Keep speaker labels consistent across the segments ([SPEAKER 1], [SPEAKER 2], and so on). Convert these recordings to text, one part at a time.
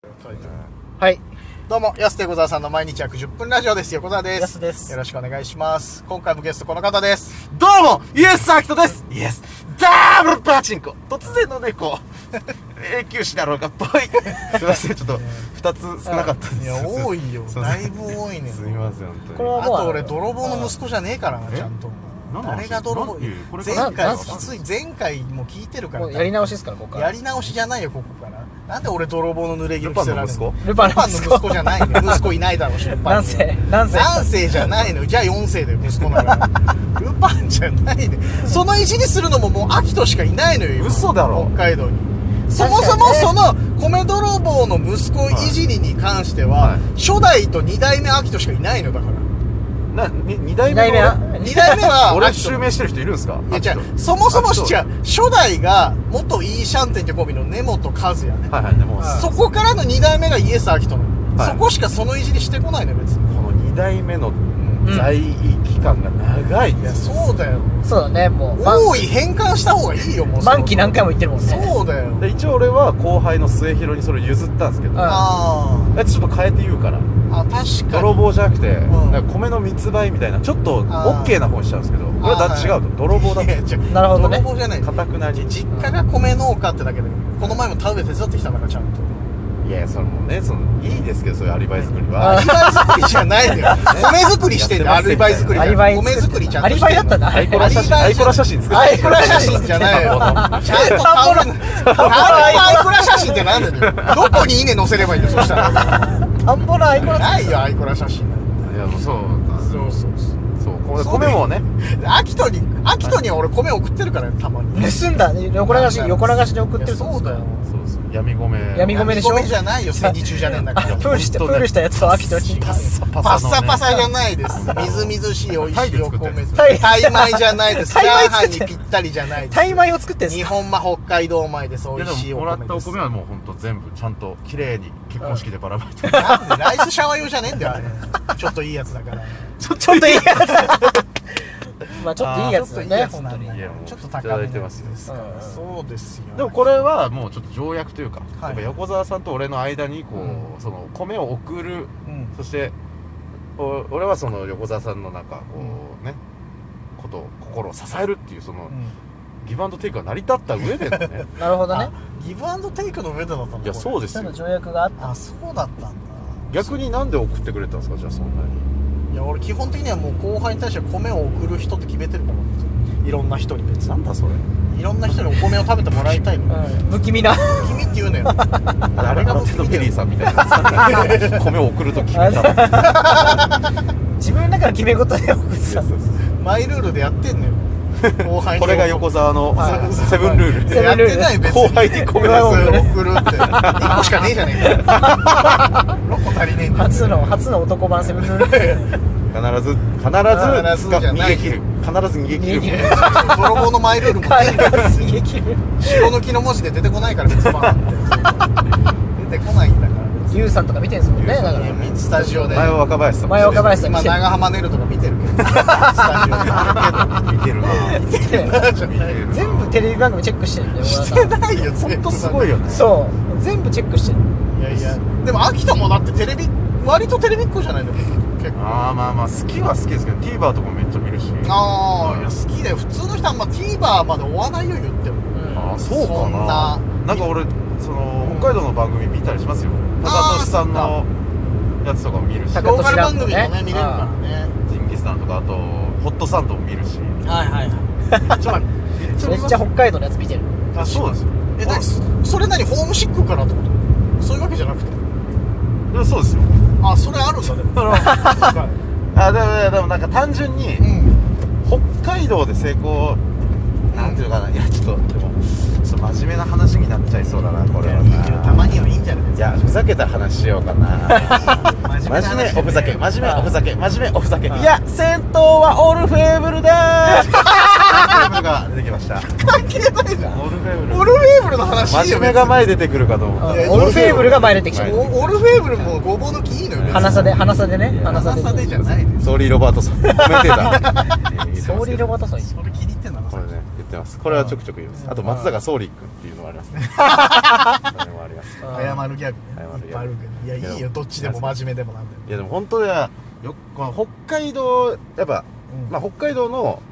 [SPEAKER 1] タイトル
[SPEAKER 2] はい
[SPEAKER 1] どうも、安手小沢さんの毎日約10分ラジオです。横澤です。
[SPEAKER 2] やすです
[SPEAKER 1] よろしくお願いします。今回もゲストこの方です。
[SPEAKER 2] どうもイエス・アキトですイエスダブルパチンコ突然の猫 永久死だろうがぽ いすいませんちょっと二つ少なかった です
[SPEAKER 1] いや、多いよ。
[SPEAKER 2] すいま
[SPEAKER 1] だ
[SPEAKER 2] せん
[SPEAKER 1] いぶ多いねん。
[SPEAKER 2] すみません本当に
[SPEAKER 3] これは
[SPEAKER 1] あ
[SPEAKER 3] もう
[SPEAKER 1] と俺、泥棒の息子じゃねえからな、
[SPEAKER 2] え
[SPEAKER 1] ちゃんと。
[SPEAKER 2] 何の話
[SPEAKER 1] 誰が泥棒
[SPEAKER 2] 何これ
[SPEAKER 1] 前
[SPEAKER 3] から
[SPEAKER 1] 回、
[SPEAKER 3] 何
[SPEAKER 1] きつい、前回も聞いてるから。
[SPEAKER 3] もうやり直しですからここから
[SPEAKER 1] やり直しじゃないよ、ここから。なんで俺泥棒の濡れ衣
[SPEAKER 2] ル
[SPEAKER 1] 着
[SPEAKER 2] パン
[SPEAKER 1] せられ
[SPEAKER 2] の
[SPEAKER 1] る
[SPEAKER 2] 息子
[SPEAKER 3] ルパン
[SPEAKER 1] ルパ
[SPEAKER 3] の
[SPEAKER 1] ンの
[SPEAKER 3] 息
[SPEAKER 1] 息
[SPEAKER 3] 子
[SPEAKER 1] 子じゃないね。息子いないだろうし、ルパン
[SPEAKER 3] 何
[SPEAKER 1] に。
[SPEAKER 3] 世何世
[SPEAKER 1] 何世じゃないのじゃあ4世だよ息子ならルパンじゃないでその意地にするのももう秋としかいないのよ今
[SPEAKER 2] 嘘だろ
[SPEAKER 1] 北海道にそもそもその米泥棒の息子いじりに関しては、
[SPEAKER 2] はい
[SPEAKER 1] 初代と2代目秋としかいないのだから
[SPEAKER 2] なに二代
[SPEAKER 3] 二代
[SPEAKER 2] 目
[SPEAKER 3] 目は
[SPEAKER 2] の
[SPEAKER 1] 2代目は
[SPEAKER 2] 俺を
[SPEAKER 1] 秋と
[SPEAKER 2] 襲名してる人いるんですか
[SPEAKER 1] いや違
[SPEAKER 2] 秋
[SPEAKER 1] う
[SPEAKER 2] と
[SPEAKER 1] そもそも
[SPEAKER 2] 秋と
[SPEAKER 1] 違う初代が元イーシャンテンってコンビの根本和也ね
[SPEAKER 2] はいはいでも
[SPEAKER 1] そこからの2代目がイエス・アキトなの、
[SPEAKER 2] はい
[SPEAKER 1] そこしかそのいじりしてこないのよ別に
[SPEAKER 2] この二代目の
[SPEAKER 3] ん
[SPEAKER 2] 在位期間が長い
[SPEAKER 1] いやそうだよ
[SPEAKER 3] そうだねもう満
[SPEAKER 1] 多い変換した方がいいよもうそろそろ
[SPEAKER 3] 満期何回も言ってるもんね
[SPEAKER 1] そうだよ
[SPEAKER 2] で一応俺は後輩の末広にそれを譲ったんですけど
[SPEAKER 3] うん
[SPEAKER 1] あ
[SPEAKER 2] あいつちょっと変えて言うから
[SPEAKER 1] ーあ確か
[SPEAKER 2] 泥
[SPEAKER 1] に
[SPEAKER 2] 棒じゃなくて、
[SPEAKER 1] ん
[SPEAKER 2] なんか米の密売みたいなちょっとオ
[SPEAKER 1] あー
[SPEAKER 2] ッケーな方にしたんですけどこれはだ
[SPEAKER 1] あー
[SPEAKER 2] 違うと泥棒だ
[SPEAKER 1] い
[SPEAKER 2] と
[SPEAKER 1] や違う
[SPEAKER 3] なるほどね
[SPEAKER 1] 泥棒じゃない
[SPEAKER 2] かたくなに
[SPEAKER 1] 実家が米農家ってだけでこの前も田植え手伝ってきたからちゃんと
[SPEAKER 2] いやそれもうねそのいいですけどそういうアリバイ作り
[SPEAKER 3] あ
[SPEAKER 2] は
[SPEAKER 1] アリバイ作りじゃないのよ米作りしてんだよ
[SPEAKER 2] や
[SPEAKER 1] ア
[SPEAKER 2] ってますよ
[SPEAKER 1] リバイ作り
[SPEAKER 3] ア
[SPEAKER 1] じゃ
[SPEAKER 3] リバ
[SPEAKER 1] ない
[SPEAKER 3] イ
[SPEAKER 1] 米作りちゃんと
[SPEAKER 3] ア
[SPEAKER 1] して
[SPEAKER 3] リ
[SPEAKER 1] んの
[SPEAKER 3] バイだったんだ
[SPEAKER 2] アイコラ写真
[SPEAKER 1] アリバイ
[SPEAKER 2] アイコラ写真作
[SPEAKER 1] ア
[SPEAKER 2] って
[SPEAKER 1] イコラ写真じゃないよ。ちゃんとタオル、タオルアイコラ写真ってなんだよ。どこに稲載せればいいんだよ、そしたら。
[SPEAKER 3] 田んぼのアイコラ
[SPEAKER 1] ないよ、アイコラ写真なんて。
[SPEAKER 2] いやもうそう
[SPEAKER 1] そうそうそう。
[SPEAKER 2] そうこれ
[SPEAKER 1] そう
[SPEAKER 2] 米もね
[SPEAKER 1] 秋田に、秋田には俺米送ってるから、たまに。
[SPEAKER 3] 盗んだ横流し横流しで送ってる
[SPEAKER 1] いやそうだよ
[SPEAKER 2] そうそう闇米
[SPEAKER 3] 闇米でしょ
[SPEAKER 1] 闇米じゃないよ戦時中じゃねえんだか
[SPEAKER 3] あ
[SPEAKER 1] ら
[SPEAKER 3] プールしてプ
[SPEAKER 2] 本当ね
[SPEAKER 3] ールしたやつをアキトに
[SPEAKER 2] パッサパ
[SPEAKER 1] パッ
[SPEAKER 2] サのね
[SPEAKER 1] サパサじゃないですみずみずしい美味
[SPEAKER 2] タイ
[SPEAKER 1] し
[SPEAKER 2] で
[SPEAKER 1] いお
[SPEAKER 2] 作ってるんで
[SPEAKER 1] 米
[SPEAKER 2] す
[SPEAKER 3] タイ
[SPEAKER 1] タイ米じゃないですチャ
[SPEAKER 3] タ
[SPEAKER 1] ー
[SPEAKER 3] イ米
[SPEAKER 1] ハ
[SPEAKER 3] 作
[SPEAKER 1] ン
[SPEAKER 3] っ
[SPEAKER 1] に
[SPEAKER 3] て
[SPEAKER 1] ぴったりじゃないです
[SPEAKER 3] タイ米を作ってん
[SPEAKER 1] 日
[SPEAKER 3] すか
[SPEAKER 1] 本米北海道米です
[SPEAKER 2] い
[SPEAKER 1] 美
[SPEAKER 2] や
[SPEAKER 1] 味し
[SPEAKER 2] で
[SPEAKER 1] い
[SPEAKER 2] も
[SPEAKER 1] お
[SPEAKER 2] もらった
[SPEAKER 1] 米
[SPEAKER 2] お
[SPEAKER 1] です
[SPEAKER 2] 米はもう本当全部ちゃんと綺麗に結婚式でばらまいて
[SPEAKER 1] なんでライスシャワー用じゃねえんだよあれちょっといいやつだから
[SPEAKER 3] ちょちょっといいやつ まあちょっといいやつ
[SPEAKER 1] ちょっと
[SPEAKER 3] だ
[SPEAKER 1] いい
[SPEAKER 3] ね
[SPEAKER 1] やつ
[SPEAKER 3] 本当に
[SPEAKER 1] なん
[SPEAKER 2] いやもう
[SPEAKER 1] ちょっと高めの
[SPEAKER 2] いただいてますよ
[SPEAKER 3] うん
[SPEAKER 1] そうですよ
[SPEAKER 2] でもこれはもうちょっと条約というか、
[SPEAKER 1] はい
[SPEAKER 2] やっぱ横澤さんと俺の間にこう、その米を送る
[SPEAKER 1] うん
[SPEAKER 2] そしてお俺はその横澤さんのなんかこうね、ことを心を支えるっていうその、
[SPEAKER 1] うん
[SPEAKER 2] ギブアンドテイクが成り立った上でのね
[SPEAKER 3] なるほどね
[SPEAKER 1] ギブアンドテイクの上でだったの
[SPEAKER 2] いやそう
[SPEAKER 1] う
[SPEAKER 2] です
[SPEAKER 3] そういう
[SPEAKER 2] よ
[SPEAKER 3] の条約があっ
[SPEAKER 1] あそうだったんだ
[SPEAKER 2] 逆になんで送ってくれたんですかじゃあそんなに
[SPEAKER 1] いや俺基本的にはもう後輩に対して米を送る人って決めてるかもいろんな人に別に
[SPEAKER 2] なんだそれ
[SPEAKER 1] いろんな人にお米を食べてもらいたいの
[SPEAKER 3] た、うん、不気味な
[SPEAKER 1] 君って言うのよ
[SPEAKER 2] 誰が手のメリーさんみたいな 米を送ると決めたの
[SPEAKER 3] 自分の中の決め事で送ってた
[SPEAKER 1] マイルールでやってんのよ後輩に
[SPEAKER 2] これが横澤の
[SPEAKER 1] はい
[SPEAKER 2] セブンルール
[SPEAKER 3] セブンルー
[SPEAKER 1] やって
[SPEAKER 3] ル
[SPEAKER 1] ない別に
[SPEAKER 2] 後輩に米を
[SPEAKER 1] を
[SPEAKER 2] 送る
[SPEAKER 1] 送るって1個しかねえじゃねえか6個足りねえんだよ
[SPEAKER 3] 初の初の男版セ ブンルール
[SPEAKER 2] 必ず必ず
[SPEAKER 1] 必ずじゃ
[SPEAKER 2] 逃
[SPEAKER 1] ない
[SPEAKER 2] げ切る必ず逃げ切
[SPEAKER 3] 逃げ
[SPEAKER 2] る
[SPEAKER 3] 切る
[SPEAKER 1] 泥棒のマイルールも
[SPEAKER 3] 彼が逃げ切る
[SPEAKER 1] 白抜きの文字で出てこないから別にバーンって出てこないんだから
[SPEAKER 3] ユウさんとか見てんすもんねだから
[SPEAKER 1] ねスタジオで
[SPEAKER 2] 前は若林さん
[SPEAKER 3] 前は若林さん
[SPEAKER 1] 今
[SPEAKER 3] 見てる
[SPEAKER 1] 長浜ねるとか見てるけどスタ
[SPEAKER 2] 見てるな
[SPEAKER 1] ジオで
[SPEAKER 2] 見てるな
[SPEAKER 3] 全部テレビ番組チェックしてるんだよ
[SPEAKER 1] し
[SPEAKER 3] 小
[SPEAKER 1] て
[SPEAKER 3] 田さ
[SPEAKER 1] ないよ
[SPEAKER 2] ほんとすごいよね
[SPEAKER 3] んそう全部チェックしてる
[SPEAKER 1] いやいやでも秋田もだってテレビ割とテレビっ子じゃないの結構
[SPEAKER 2] ああまあまあ好きは好きですけど TVer とかもめっちゃ見るし
[SPEAKER 1] ああいや好きだよ普通の人あんま TVer まで追わないよ言っても
[SPEAKER 2] あーそう
[SPEAKER 1] そ
[SPEAKER 2] か
[SPEAKER 1] ん
[SPEAKER 2] な
[SPEAKER 1] な
[SPEAKER 2] なんか俺その北海道の番組見たりしますよ
[SPEAKER 1] あー
[SPEAKER 2] 高俊さんのやつとかも見るし
[SPEAKER 3] 高
[SPEAKER 1] ローカル番組もね
[SPEAKER 3] 高知ランドね
[SPEAKER 1] 見れるからね
[SPEAKER 2] ジンギスカンとかあとホットサンドも見るし
[SPEAKER 1] はいはい
[SPEAKER 3] めっちゃ北海道のやつ見てる
[SPEAKER 2] あそうですよ
[SPEAKER 1] えだ
[SPEAKER 2] ほ
[SPEAKER 1] それ何ホームシックからってことそういうわけじゃなくて
[SPEAKER 2] らいやそうですよ
[SPEAKER 1] あそれあるんだでも
[SPEAKER 2] あのあでもでもでもなんか単純に
[SPEAKER 1] うん
[SPEAKER 2] 北海道で成功なんていうのかないやちょっとでもちょっと真面目な話になっちゃいそうだなこれはない
[SPEAKER 1] いけどたまにはいいんじゃない
[SPEAKER 2] いやふざけた話しようかな真面目おふざけ真面目おふざけ真面目おふざけいや戦闘はオルフェーブルだーオルフェーブルが出てきました
[SPEAKER 1] 関係ないじゃん
[SPEAKER 2] オルフェーブ
[SPEAKER 1] オルフェーブルの話いい
[SPEAKER 2] 真
[SPEAKER 1] よ
[SPEAKER 2] 面目が前出てくるかと思っ
[SPEAKER 3] あ
[SPEAKER 1] いや
[SPEAKER 3] オルフェーブルが前出てきちゃ
[SPEAKER 1] 別
[SPEAKER 3] う
[SPEAKER 1] におオルフェーブルもごぼうの木いいのよ別に
[SPEAKER 3] 鼻差で鼻差でね鼻差
[SPEAKER 1] 花
[SPEAKER 3] で
[SPEAKER 1] さでじゃないで
[SPEAKER 2] たソーリーロバートソン褒めてた言ってますけ
[SPEAKER 3] ソ
[SPEAKER 2] ど
[SPEAKER 3] ーリーロバートソン
[SPEAKER 1] すそれ気に入ってんだな
[SPEAKER 2] こ
[SPEAKER 1] そ
[SPEAKER 2] れ
[SPEAKER 1] れ
[SPEAKER 2] ね言ってますこれはちょくちょく言いますあと松坂総理君っていうのもありますねそれもあります
[SPEAKER 3] あー
[SPEAKER 1] 謝るギャグね
[SPEAKER 2] 謝る
[SPEAKER 1] い
[SPEAKER 2] ギャグ
[SPEAKER 1] っぱいあるけどいやいいよどっちでも真面目でもなんでも
[SPEAKER 2] いやでも本当にはよこの北海道やっぱ、
[SPEAKER 1] うん
[SPEAKER 2] まあ、北海道の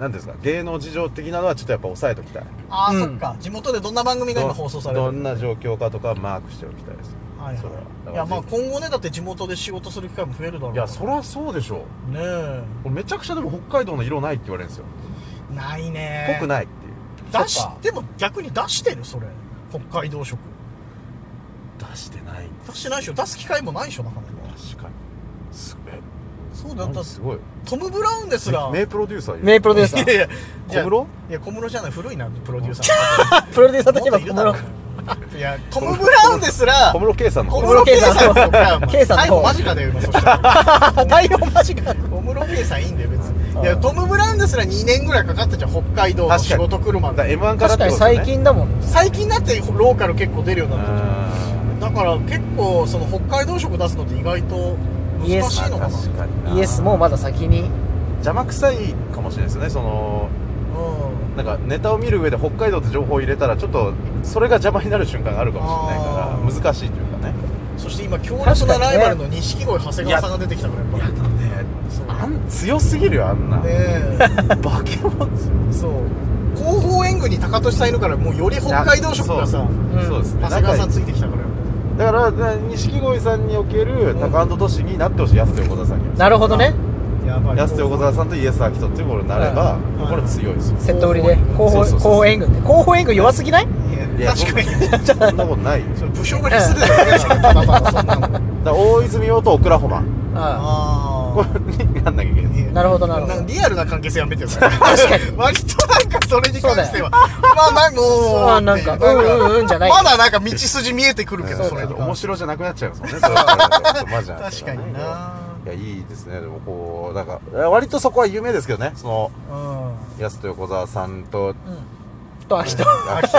[SPEAKER 2] 何ですか芸能事情的なのはちょっとやっぱ抑えときたい
[SPEAKER 1] ああ、
[SPEAKER 3] うん
[SPEAKER 1] そっか地元でどんな番組が今放送されて
[SPEAKER 2] ど
[SPEAKER 1] る
[SPEAKER 2] んな状況かとかマークしておきたいです
[SPEAKER 1] はい
[SPEAKER 2] それは
[SPEAKER 1] はいいやまあ今後ねだって地元で仕事する機会も増えるだろう
[SPEAKER 2] い
[SPEAKER 1] から
[SPEAKER 2] やそりゃそうでしょ
[SPEAKER 1] ね
[SPEAKER 2] うめちゃくちゃでも北海道の色ないって言われるんですよ
[SPEAKER 1] えないね
[SPEAKER 2] 濃くないっていう
[SPEAKER 1] 出し
[SPEAKER 3] そっか
[SPEAKER 1] でも逆に出してるそれ北海道色
[SPEAKER 2] 出してない
[SPEAKER 1] 出してないでしょ出す機会もないでしょなかなか
[SPEAKER 2] 確かにすえ
[SPEAKER 1] そうだ
[SPEAKER 2] な
[SPEAKER 1] よ
[SPEAKER 2] ん
[SPEAKER 1] だ
[SPEAKER 2] か
[SPEAKER 1] って
[SPEAKER 2] すごい
[SPEAKER 1] トム・ブラウンですら
[SPEAKER 2] 名プロデューサーいる
[SPEAKER 3] 名プロデュー サ
[SPEAKER 1] いやい
[SPEAKER 3] ー
[SPEAKER 1] やじゃあ
[SPEAKER 2] 小室
[SPEAKER 1] いや小室じゃない古いなプロデューサー
[SPEAKER 3] プロデューサーといえば
[SPEAKER 1] もっと
[SPEAKER 3] 小
[SPEAKER 1] いるだろ
[SPEAKER 3] 室
[SPEAKER 1] いやトム・ブラウンですら
[SPEAKER 2] 小室圭さんの
[SPEAKER 1] 小
[SPEAKER 2] 方
[SPEAKER 1] 室圭さん
[SPEAKER 3] 小室圭さん
[SPEAKER 1] 逮捕間近だよ今そしたら
[SPEAKER 3] 対応マジか
[SPEAKER 1] 小室圭さんいいんだよ別に
[SPEAKER 3] ああ
[SPEAKER 1] いやトム・ブラウンですら2年ぐらいかかったじゃん北海道の仕事車
[SPEAKER 2] だから
[SPEAKER 1] で
[SPEAKER 2] M1 から
[SPEAKER 3] 確
[SPEAKER 2] って
[SPEAKER 3] か
[SPEAKER 2] こ
[SPEAKER 3] に
[SPEAKER 2] と
[SPEAKER 3] 最
[SPEAKER 2] ね
[SPEAKER 3] 近だもん
[SPEAKER 1] 最近だってローカル結構出るようになったじゃんだから結構その北海道色出すのって意外と難しいのかな
[SPEAKER 2] 確かに
[SPEAKER 3] イ
[SPEAKER 2] な
[SPEAKER 3] エスもまだ先に
[SPEAKER 2] 邪魔くさいかもしれないですねその
[SPEAKER 1] うん
[SPEAKER 2] なんかネタを見る上で北海道って情報を入れたらちょっとそれが邪魔になる瞬間があるかもしれない
[SPEAKER 1] あ
[SPEAKER 2] から
[SPEAKER 1] ー
[SPEAKER 2] 難しいというかね
[SPEAKER 1] そして今強烈なライバルの錦鯉長谷川さんが出てきたからやっぱ
[SPEAKER 2] だね
[SPEAKER 1] そう
[SPEAKER 2] あん強すぎるよあんな、
[SPEAKER 1] ね
[SPEAKER 2] 化け物ですよ
[SPEAKER 1] えそう後方援軍に高俊さんいるからもうより北海道色がさ
[SPEAKER 2] そうそうですね
[SPEAKER 1] 長谷川さんついてきたからやっぱ
[SPEAKER 2] だからな錦鯉さんにおけるタカアンドトシになってほしい安手横澤さんに
[SPEAKER 3] なるほどね
[SPEAKER 1] やばい
[SPEAKER 2] 安手横澤さんとイエス・アキトっていうことになれば、
[SPEAKER 1] うん
[SPEAKER 2] これ強いですよ
[SPEAKER 3] セット売りで
[SPEAKER 1] 後
[SPEAKER 3] 後方
[SPEAKER 2] 方援軍そうそうそう
[SPEAKER 3] 後方援軍って後方援軍弱すぎない
[SPEAKER 1] い
[SPEAKER 2] い
[SPEAKER 1] や
[SPEAKER 2] や
[SPEAKER 1] 確かに
[SPEAKER 2] そんなことない
[SPEAKER 1] それ武将がリスるだけだからただただそんなの
[SPEAKER 2] だから大泉洋とオクラホマ
[SPEAKER 3] あ
[SPEAKER 1] あ
[SPEAKER 2] これになんなきゃいけない
[SPEAKER 3] あなるほどなるほど
[SPEAKER 1] リアルな関係性やめてよそれ確
[SPEAKER 3] かに
[SPEAKER 1] 割となんかそれに関してはまあなんかもう
[SPEAKER 3] あなんか
[SPEAKER 1] っていう
[SPEAKER 3] うんうんうんじゃない
[SPEAKER 1] まだなんか道筋見えてくるけど
[SPEAKER 3] うん
[SPEAKER 1] それと
[SPEAKER 3] と
[SPEAKER 2] 面白じゃなくなっちゃいま すもんねそれはマジなんです
[SPEAKER 1] 確
[SPEAKER 2] よね
[SPEAKER 1] かにない
[SPEAKER 2] やいいですねでもこうなんかいや割とそこは有名ですけどねその
[SPEAKER 1] うん
[SPEAKER 2] 安と横澤さん と
[SPEAKER 3] と秋と
[SPEAKER 2] 秋と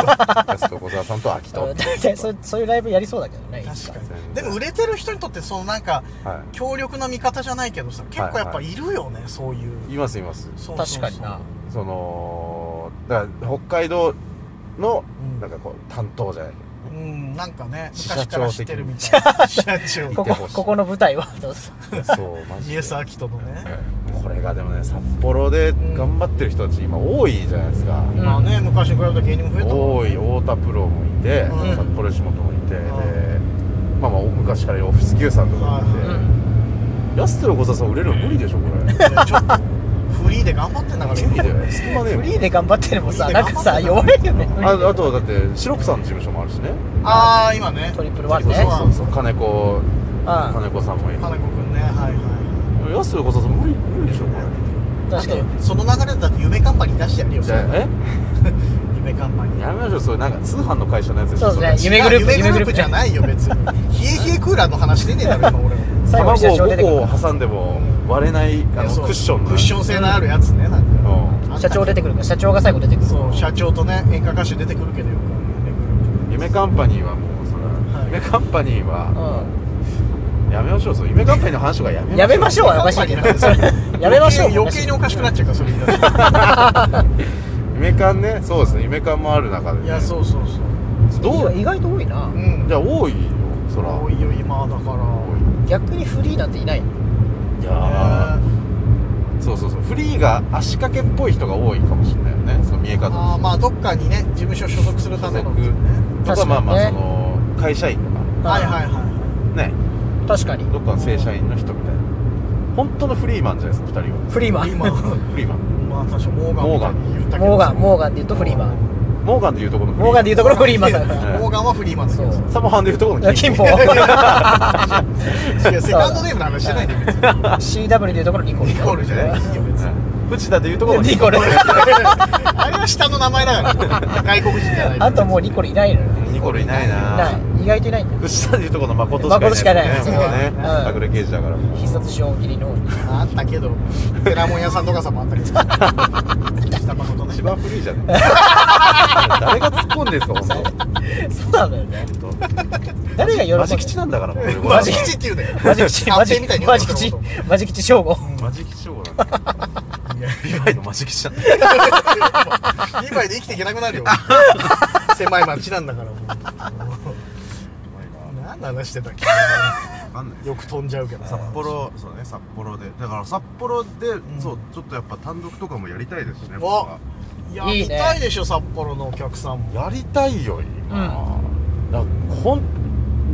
[SPEAKER 2] 安と横澤さんと秋と
[SPEAKER 3] 大体そうそういうライブやりそうだけどねいつ
[SPEAKER 1] 確かにでも売れてる人にとってそのなんか
[SPEAKER 2] は
[SPEAKER 1] 強力な味方じゃないけどさ結構やっぱいるよね、そういう
[SPEAKER 2] いいますいます
[SPEAKER 1] そうそう
[SPEAKER 3] 確
[SPEAKER 1] そう
[SPEAKER 3] かにな
[SPEAKER 2] そのだから北海道の
[SPEAKER 1] うん
[SPEAKER 2] なんかこう担当じゃない
[SPEAKER 1] うんなんかね
[SPEAKER 2] 支社
[SPEAKER 1] 昔か
[SPEAKER 2] 長
[SPEAKER 1] ら知ってるみたいな支社長
[SPEAKER 2] 見
[SPEAKER 3] こ
[SPEAKER 2] て
[SPEAKER 3] こ
[SPEAKER 2] ほしい
[SPEAKER 3] ここの舞台はどうぞ
[SPEAKER 2] いやそうマジ
[SPEAKER 1] イ
[SPEAKER 2] で
[SPEAKER 1] エス・アキトのね、
[SPEAKER 2] これがでもね札幌で頑張ってる人たち今多いじゃないですか、
[SPEAKER 3] うん
[SPEAKER 1] まあね昔に比べたら芸人も増えたもん
[SPEAKER 2] 多い太田プロもいて、
[SPEAKER 1] うん
[SPEAKER 2] 札幌吉本もいて、で
[SPEAKER 1] う
[SPEAKER 2] まあまあ昔からオフィス Q さんとかもいて、
[SPEAKER 3] うん
[SPEAKER 2] 安手横澤さん売れるの無理でしょこれ
[SPEAKER 1] いやちょっとフリーで頑張ってんだからいい
[SPEAKER 2] 無理
[SPEAKER 1] よ
[SPEAKER 2] だよ隙間ねえ
[SPEAKER 3] フ
[SPEAKER 2] もん
[SPEAKER 3] リーで頑張ってるもんさ
[SPEAKER 1] フリー
[SPEAKER 3] な
[SPEAKER 1] で
[SPEAKER 3] ん
[SPEAKER 1] 頑張
[SPEAKER 3] か
[SPEAKER 1] ってた
[SPEAKER 3] さ弱いよねフリーで
[SPEAKER 2] ああとだって白くさんの事務所もあるしね
[SPEAKER 1] ああ今ね
[SPEAKER 3] トリプルワンね
[SPEAKER 1] そう
[SPEAKER 2] そうそう金子
[SPEAKER 3] あ
[SPEAKER 2] 金子さんもいる
[SPEAKER 1] 金子くんねはいは
[SPEAKER 2] 安手横澤さん無理無理でしょこれ
[SPEAKER 1] い
[SPEAKER 3] あ確かに
[SPEAKER 1] あとその流れだと夢カンパニー出してやるよ
[SPEAKER 2] じゃあえ
[SPEAKER 1] 夢カンパニー
[SPEAKER 2] やめましょうそれなんか通販の会社のやつでしょ
[SPEAKER 3] そうですね
[SPEAKER 2] れ
[SPEAKER 3] 夢グループ
[SPEAKER 1] 違う夢グループじゃ
[SPEAKER 3] 夢
[SPEAKER 1] ないよ別に冷 え冷えクーラーの話出ねえだろ今俺も
[SPEAKER 3] 最後
[SPEAKER 2] 卵
[SPEAKER 3] に社長
[SPEAKER 2] を
[SPEAKER 3] 出
[SPEAKER 2] 5
[SPEAKER 3] てく
[SPEAKER 2] 個
[SPEAKER 3] る
[SPEAKER 2] を挟んでも割れないあ
[SPEAKER 1] いや
[SPEAKER 2] の
[SPEAKER 1] そう
[SPEAKER 2] クッションの
[SPEAKER 1] クッション性のあるやつねなんか
[SPEAKER 2] う
[SPEAKER 1] あんた
[SPEAKER 3] 社長出てくるから社長が最後出てくる
[SPEAKER 1] そう社長とね演歌歌手出てくるけどよくある夢グループ
[SPEAKER 2] ん夢カンパニーはもうそれは、
[SPEAKER 1] はい
[SPEAKER 2] 夢カンパニーは、
[SPEAKER 3] う
[SPEAKER 2] やめましょうそう夢カンパニーの話とかやめま
[SPEAKER 3] んやめまし
[SPEAKER 2] しょ
[SPEAKER 3] ょうはおかしいけどそれやめましょうもお
[SPEAKER 1] 余
[SPEAKER 3] か
[SPEAKER 1] 計
[SPEAKER 3] しい
[SPEAKER 1] におかしくなっちゃうからそれ言い出 すと
[SPEAKER 2] う夢カンねそうですね夢カンもある中で、ね、
[SPEAKER 1] いやそうそうそう
[SPEAKER 2] どう
[SPEAKER 3] 意外と多いな
[SPEAKER 1] うん
[SPEAKER 2] じゃあ多いよそら
[SPEAKER 1] 多いよ今だから
[SPEAKER 3] 逆にフリーなんていない
[SPEAKER 2] いや
[SPEAKER 1] ね
[SPEAKER 2] ーそうそうそうフリーが足掛けっぽい人が多いかもしれないよねその見え方
[SPEAKER 1] あーまあどっかにね事務所所属するためのっていうね
[SPEAKER 2] とかまあまあ
[SPEAKER 3] 確か
[SPEAKER 2] そ
[SPEAKER 3] にね
[SPEAKER 2] の会社員と
[SPEAKER 1] はいはいはい
[SPEAKER 2] かね
[SPEAKER 3] い確かに
[SPEAKER 2] どっかの正社員の人みたいな本当のフリーマンじゃないですか2人は
[SPEAKER 3] フリーマン
[SPEAKER 1] 今
[SPEAKER 2] フリーマン
[SPEAKER 1] まあ確かモーガンみたいに言ったけど
[SPEAKER 3] モーガンモーガンで言うとフリーマン
[SPEAKER 2] モーガンでいうとこのフリー
[SPEAKER 3] モーガンで言うところフリーマンだから
[SPEAKER 2] ら
[SPEAKER 1] モーガンはフリーマンだけど
[SPEAKER 3] そう
[SPEAKER 2] サモハンでいうとこ
[SPEAKER 3] 金
[SPEAKER 2] の金
[SPEAKER 3] 庫
[SPEAKER 1] い
[SPEAKER 2] 庫
[SPEAKER 1] やセカンドネームの話してないで別に
[SPEAKER 3] CW でいうところニコル
[SPEAKER 1] ニコルじゃないいいよ別に
[SPEAKER 2] うん藤田でいうとこの
[SPEAKER 3] ニコル
[SPEAKER 1] あれは下の名前だから外国人じゃない
[SPEAKER 3] あともうニコルいないのよ
[SPEAKER 2] ニコルいない
[SPEAKER 3] い
[SPEAKER 2] な
[SPEAKER 3] ない意外といないんだよ
[SPEAKER 2] 藤田でいうとこの誠しかいな
[SPEAKER 3] 誠しかいない
[SPEAKER 2] いですねもうね
[SPEAKER 3] うん
[SPEAKER 2] 隠れ刑事だからもう
[SPEAKER 3] 必殺仕大喜利の
[SPEAKER 1] あったけどテラモン屋さんとかさもあったけど下誠ね
[SPEAKER 2] 一番古いじ ゃん誰が突っ込んでんすか本
[SPEAKER 3] そうなんだよね
[SPEAKER 2] 当
[SPEAKER 3] 誰が喜ぶ
[SPEAKER 2] マジ吉なんだからもう
[SPEAKER 1] マジ吉って言うね
[SPEAKER 3] マジ吉マ
[SPEAKER 1] マジ
[SPEAKER 3] ジ
[SPEAKER 1] みたいに
[SPEAKER 3] 吉マジ吉マジ吉正吾
[SPEAKER 2] マジ吉賞なんだ リヴァイのマジ吉じゃん
[SPEAKER 1] 今で生きていけなくなるよ狭い町なんだからもうな話してたっけ
[SPEAKER 4] わかんない
[SPEAKER 1] よく飛んじゃうけど
[SPEAKER 4] 札
[SPEAKER 1] さ
[SPEAKER 4] 幌そうね札幌でだから札幌で、そうちょっとやっぱ単独とかもやりたいですしね僕は
[SPEAKER 1] やりたいでしょ札幌のお客さんも
[SPEAKER 2] やりたいよ今、なんかほん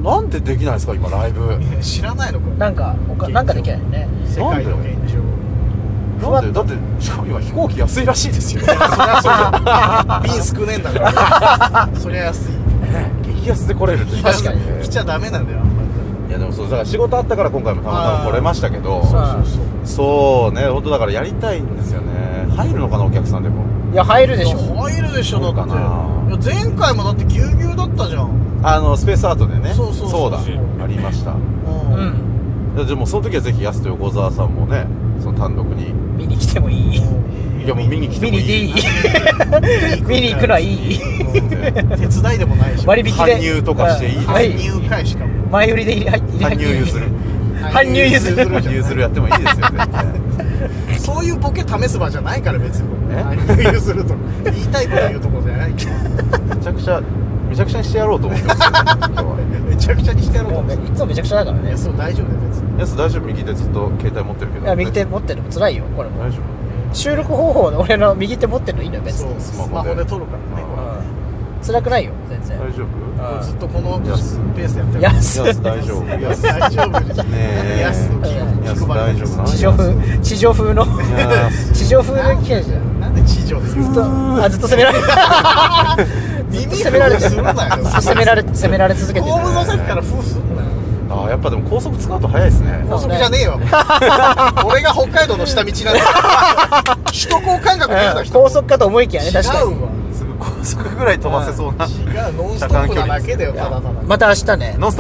[SPEAKER 2] なんでできないんですか今ライブ
[SPEAKER 1] 知らないのこれ
[SPEAKER 3] なんかおかなんかできないよね
[SPEAKER 1] 世界の現象
[SPEAKER 3] ふわ
[SPEAKER 2] な
[SPEAKER 3] っ
[SPEAKER 2] ん
[SPEAKER 3] と
[SPEAKER 2] でだってしかも今飛行機安いらしい ですよ
[SPEAKER 1] 瓶少ねえんだからそりゃ安い
[SPEAKER 2] 激安で来れるって
[SPEAKER 3] 確かに
[SPEAKER 1] 来ちゃダメなんだよあんまり
[SPEAKER 2] いやでもそうだから仕事あったから今回もたまたま来れましたけど
[SPEAKER 1] そ
[SPEAKER 3] そう
[SPEAKER 1] うそう
[SPEAKER 2] そうね本当だからやりたいんですよね入るのかなお客さんでも
[SPEAKER 3] いや入るでしょ
[SPEAKER 1] 入るでしょだ
[SPEAKER 2] そう
[SPEAKER 1] っ
[SPEAKER 2] か
[SPEAKER 1] て
[SPEAKER 2] ない
[SPEAKER 1] や前回もだってぎゅうぎゅうだったじゃんうん
[SPEAKER 2] あのスペースアートでね
[SPEAKER 1] そうそうそうそう
[SPEAKER 2] だありました
[SPEAKER 3] うん
[SPEAKER 2] ででもその時はぜひ安と横澤さんもねその単独に
[SPEAKER 3] 見に来てもいい
[SPEAKER 2] いやもう見に来て
[SPEAKER 3] 見
[SPEAKER 2] も
[SPEAKER 3] に
[SPEAKER 2] い
[SPEAKER 3] 行ってい
[SPEAKER 2] い
[SPEAKER 3] い見に行くのはいい
[SPEAKER 2] ね
[SPEAKER 1] 手伝いでもないし
[SPEAKER 3] 割引で
[SPEAKER 2] 搬入とかしていいです
[SPEAKER 3] は
[SPEAKER 1] 搬
[SPEAKER 3] い
[SPEAKER 1] 入会しかも
[SPEAKER 3] 前売りで入れ入って
[SPEAKER 2] 搬入 譲る
[SPEAKER 3] 搬入譲る
[SPEAKER 2] 搬入譲るやってもいいですよね
[SPEAKER 1] そういうボケ試す場じゃないから別に
[SPEAKER 2] え
[SPEAKER 1] 搬入譲るとか言いたいこと言うとこじゃないめ
[SPEAKER 2] めちゃくちゃめちゃくちゃにしてやろうと思って ますよ、ね、今日は
[SPEAKER 1] ちゃくちゃにしてやろうと
[SPEAKER 3] もう
[SPEAKER 1] 思
[SPEAKER 3] ね
[SPEAKER 1] っ
[SPEAKER 3] い
[SPEAKER 1] て
[SPEAKER 3] つもめちゃくちゃだから
[SPEAKER 1] い
[SPEAKER 3] ね
[SPEAKER 1] やそう大丈夫だよ別に
[SPEAKER 2] やす大丈夫右手ずっと携帯持ってるけど
[SPEAKER 3] いや右手持ってるの辛いよこれも
[SPEAKER 2] 大丈夫
[SPEAKER 3] 収録方法で俺の右手持ってるのいいのよ別
[SPEAKER 1] そ
[SPEAKER 3] に
[SPEAKER 1] う
[SPEAKER 2] ス
[SPEAKER 1] ス
[SPEAKER 2] マホで
[SPEAKER 1] マホで撮るからね
[SPEAKER 3] うん辛くないよ全然
[SPEAKER 2] 大丈夫
[SPEAKER 1] ずっとこのペースでやってる
[SPEAKER 3] やす
[SPEAKER 2] やす大丈夫やす
[SPEAKER 1] 大丈夫じゃん
[SPEAKER 2] ねえ
[SPEAKER 1] 安を聞く
[SPEAKER 2] 安
[SPEAKER 1] 聞く場合
[SPEAKER 2] 大丈夫な
[SPEAKER 3] 地上風地上風の
[SPEAKER 2] やす
[SPEAKER 3] 地上風の機械じゃん
[SPEAKER 1] なんで地上で言う
[SPEAKER 3] ずっとあずっと攻め られず
[SPEAKER 1] 耳
[SPEAKER 3] っと攻められて
[SPEAKER 1] するなよ
[SPEAKER 3] ずっと攻められ攻められ続けてる
[SPEAKER 1] 後部座席からフーすんなよ
[SPEAKER 2] あーやっぱでも高速使うと早いです ね
[SPEAKER 1] 高速じゃねえ わ俺が北海道の下道なんだ首都高感覚でやだ
[SPEAKER 3] うん
[SPEAKER 1] 人
[SPEAKER 3] 高速かと思いきやね
[SPEAKER 1] 違
[SPEAKER 3] 確か
[SPEAKER 1] う
[SPEAKER 3] に
[SPEAKER 1] わ
[SPEAKER 2] すぐ高速ぐらい飛ばせそうな
[SPEAKER 1] 違うノンストップなだけだよただただ
[SPEAKER 3] また明日ね
[SPEAKER 2] ノンスト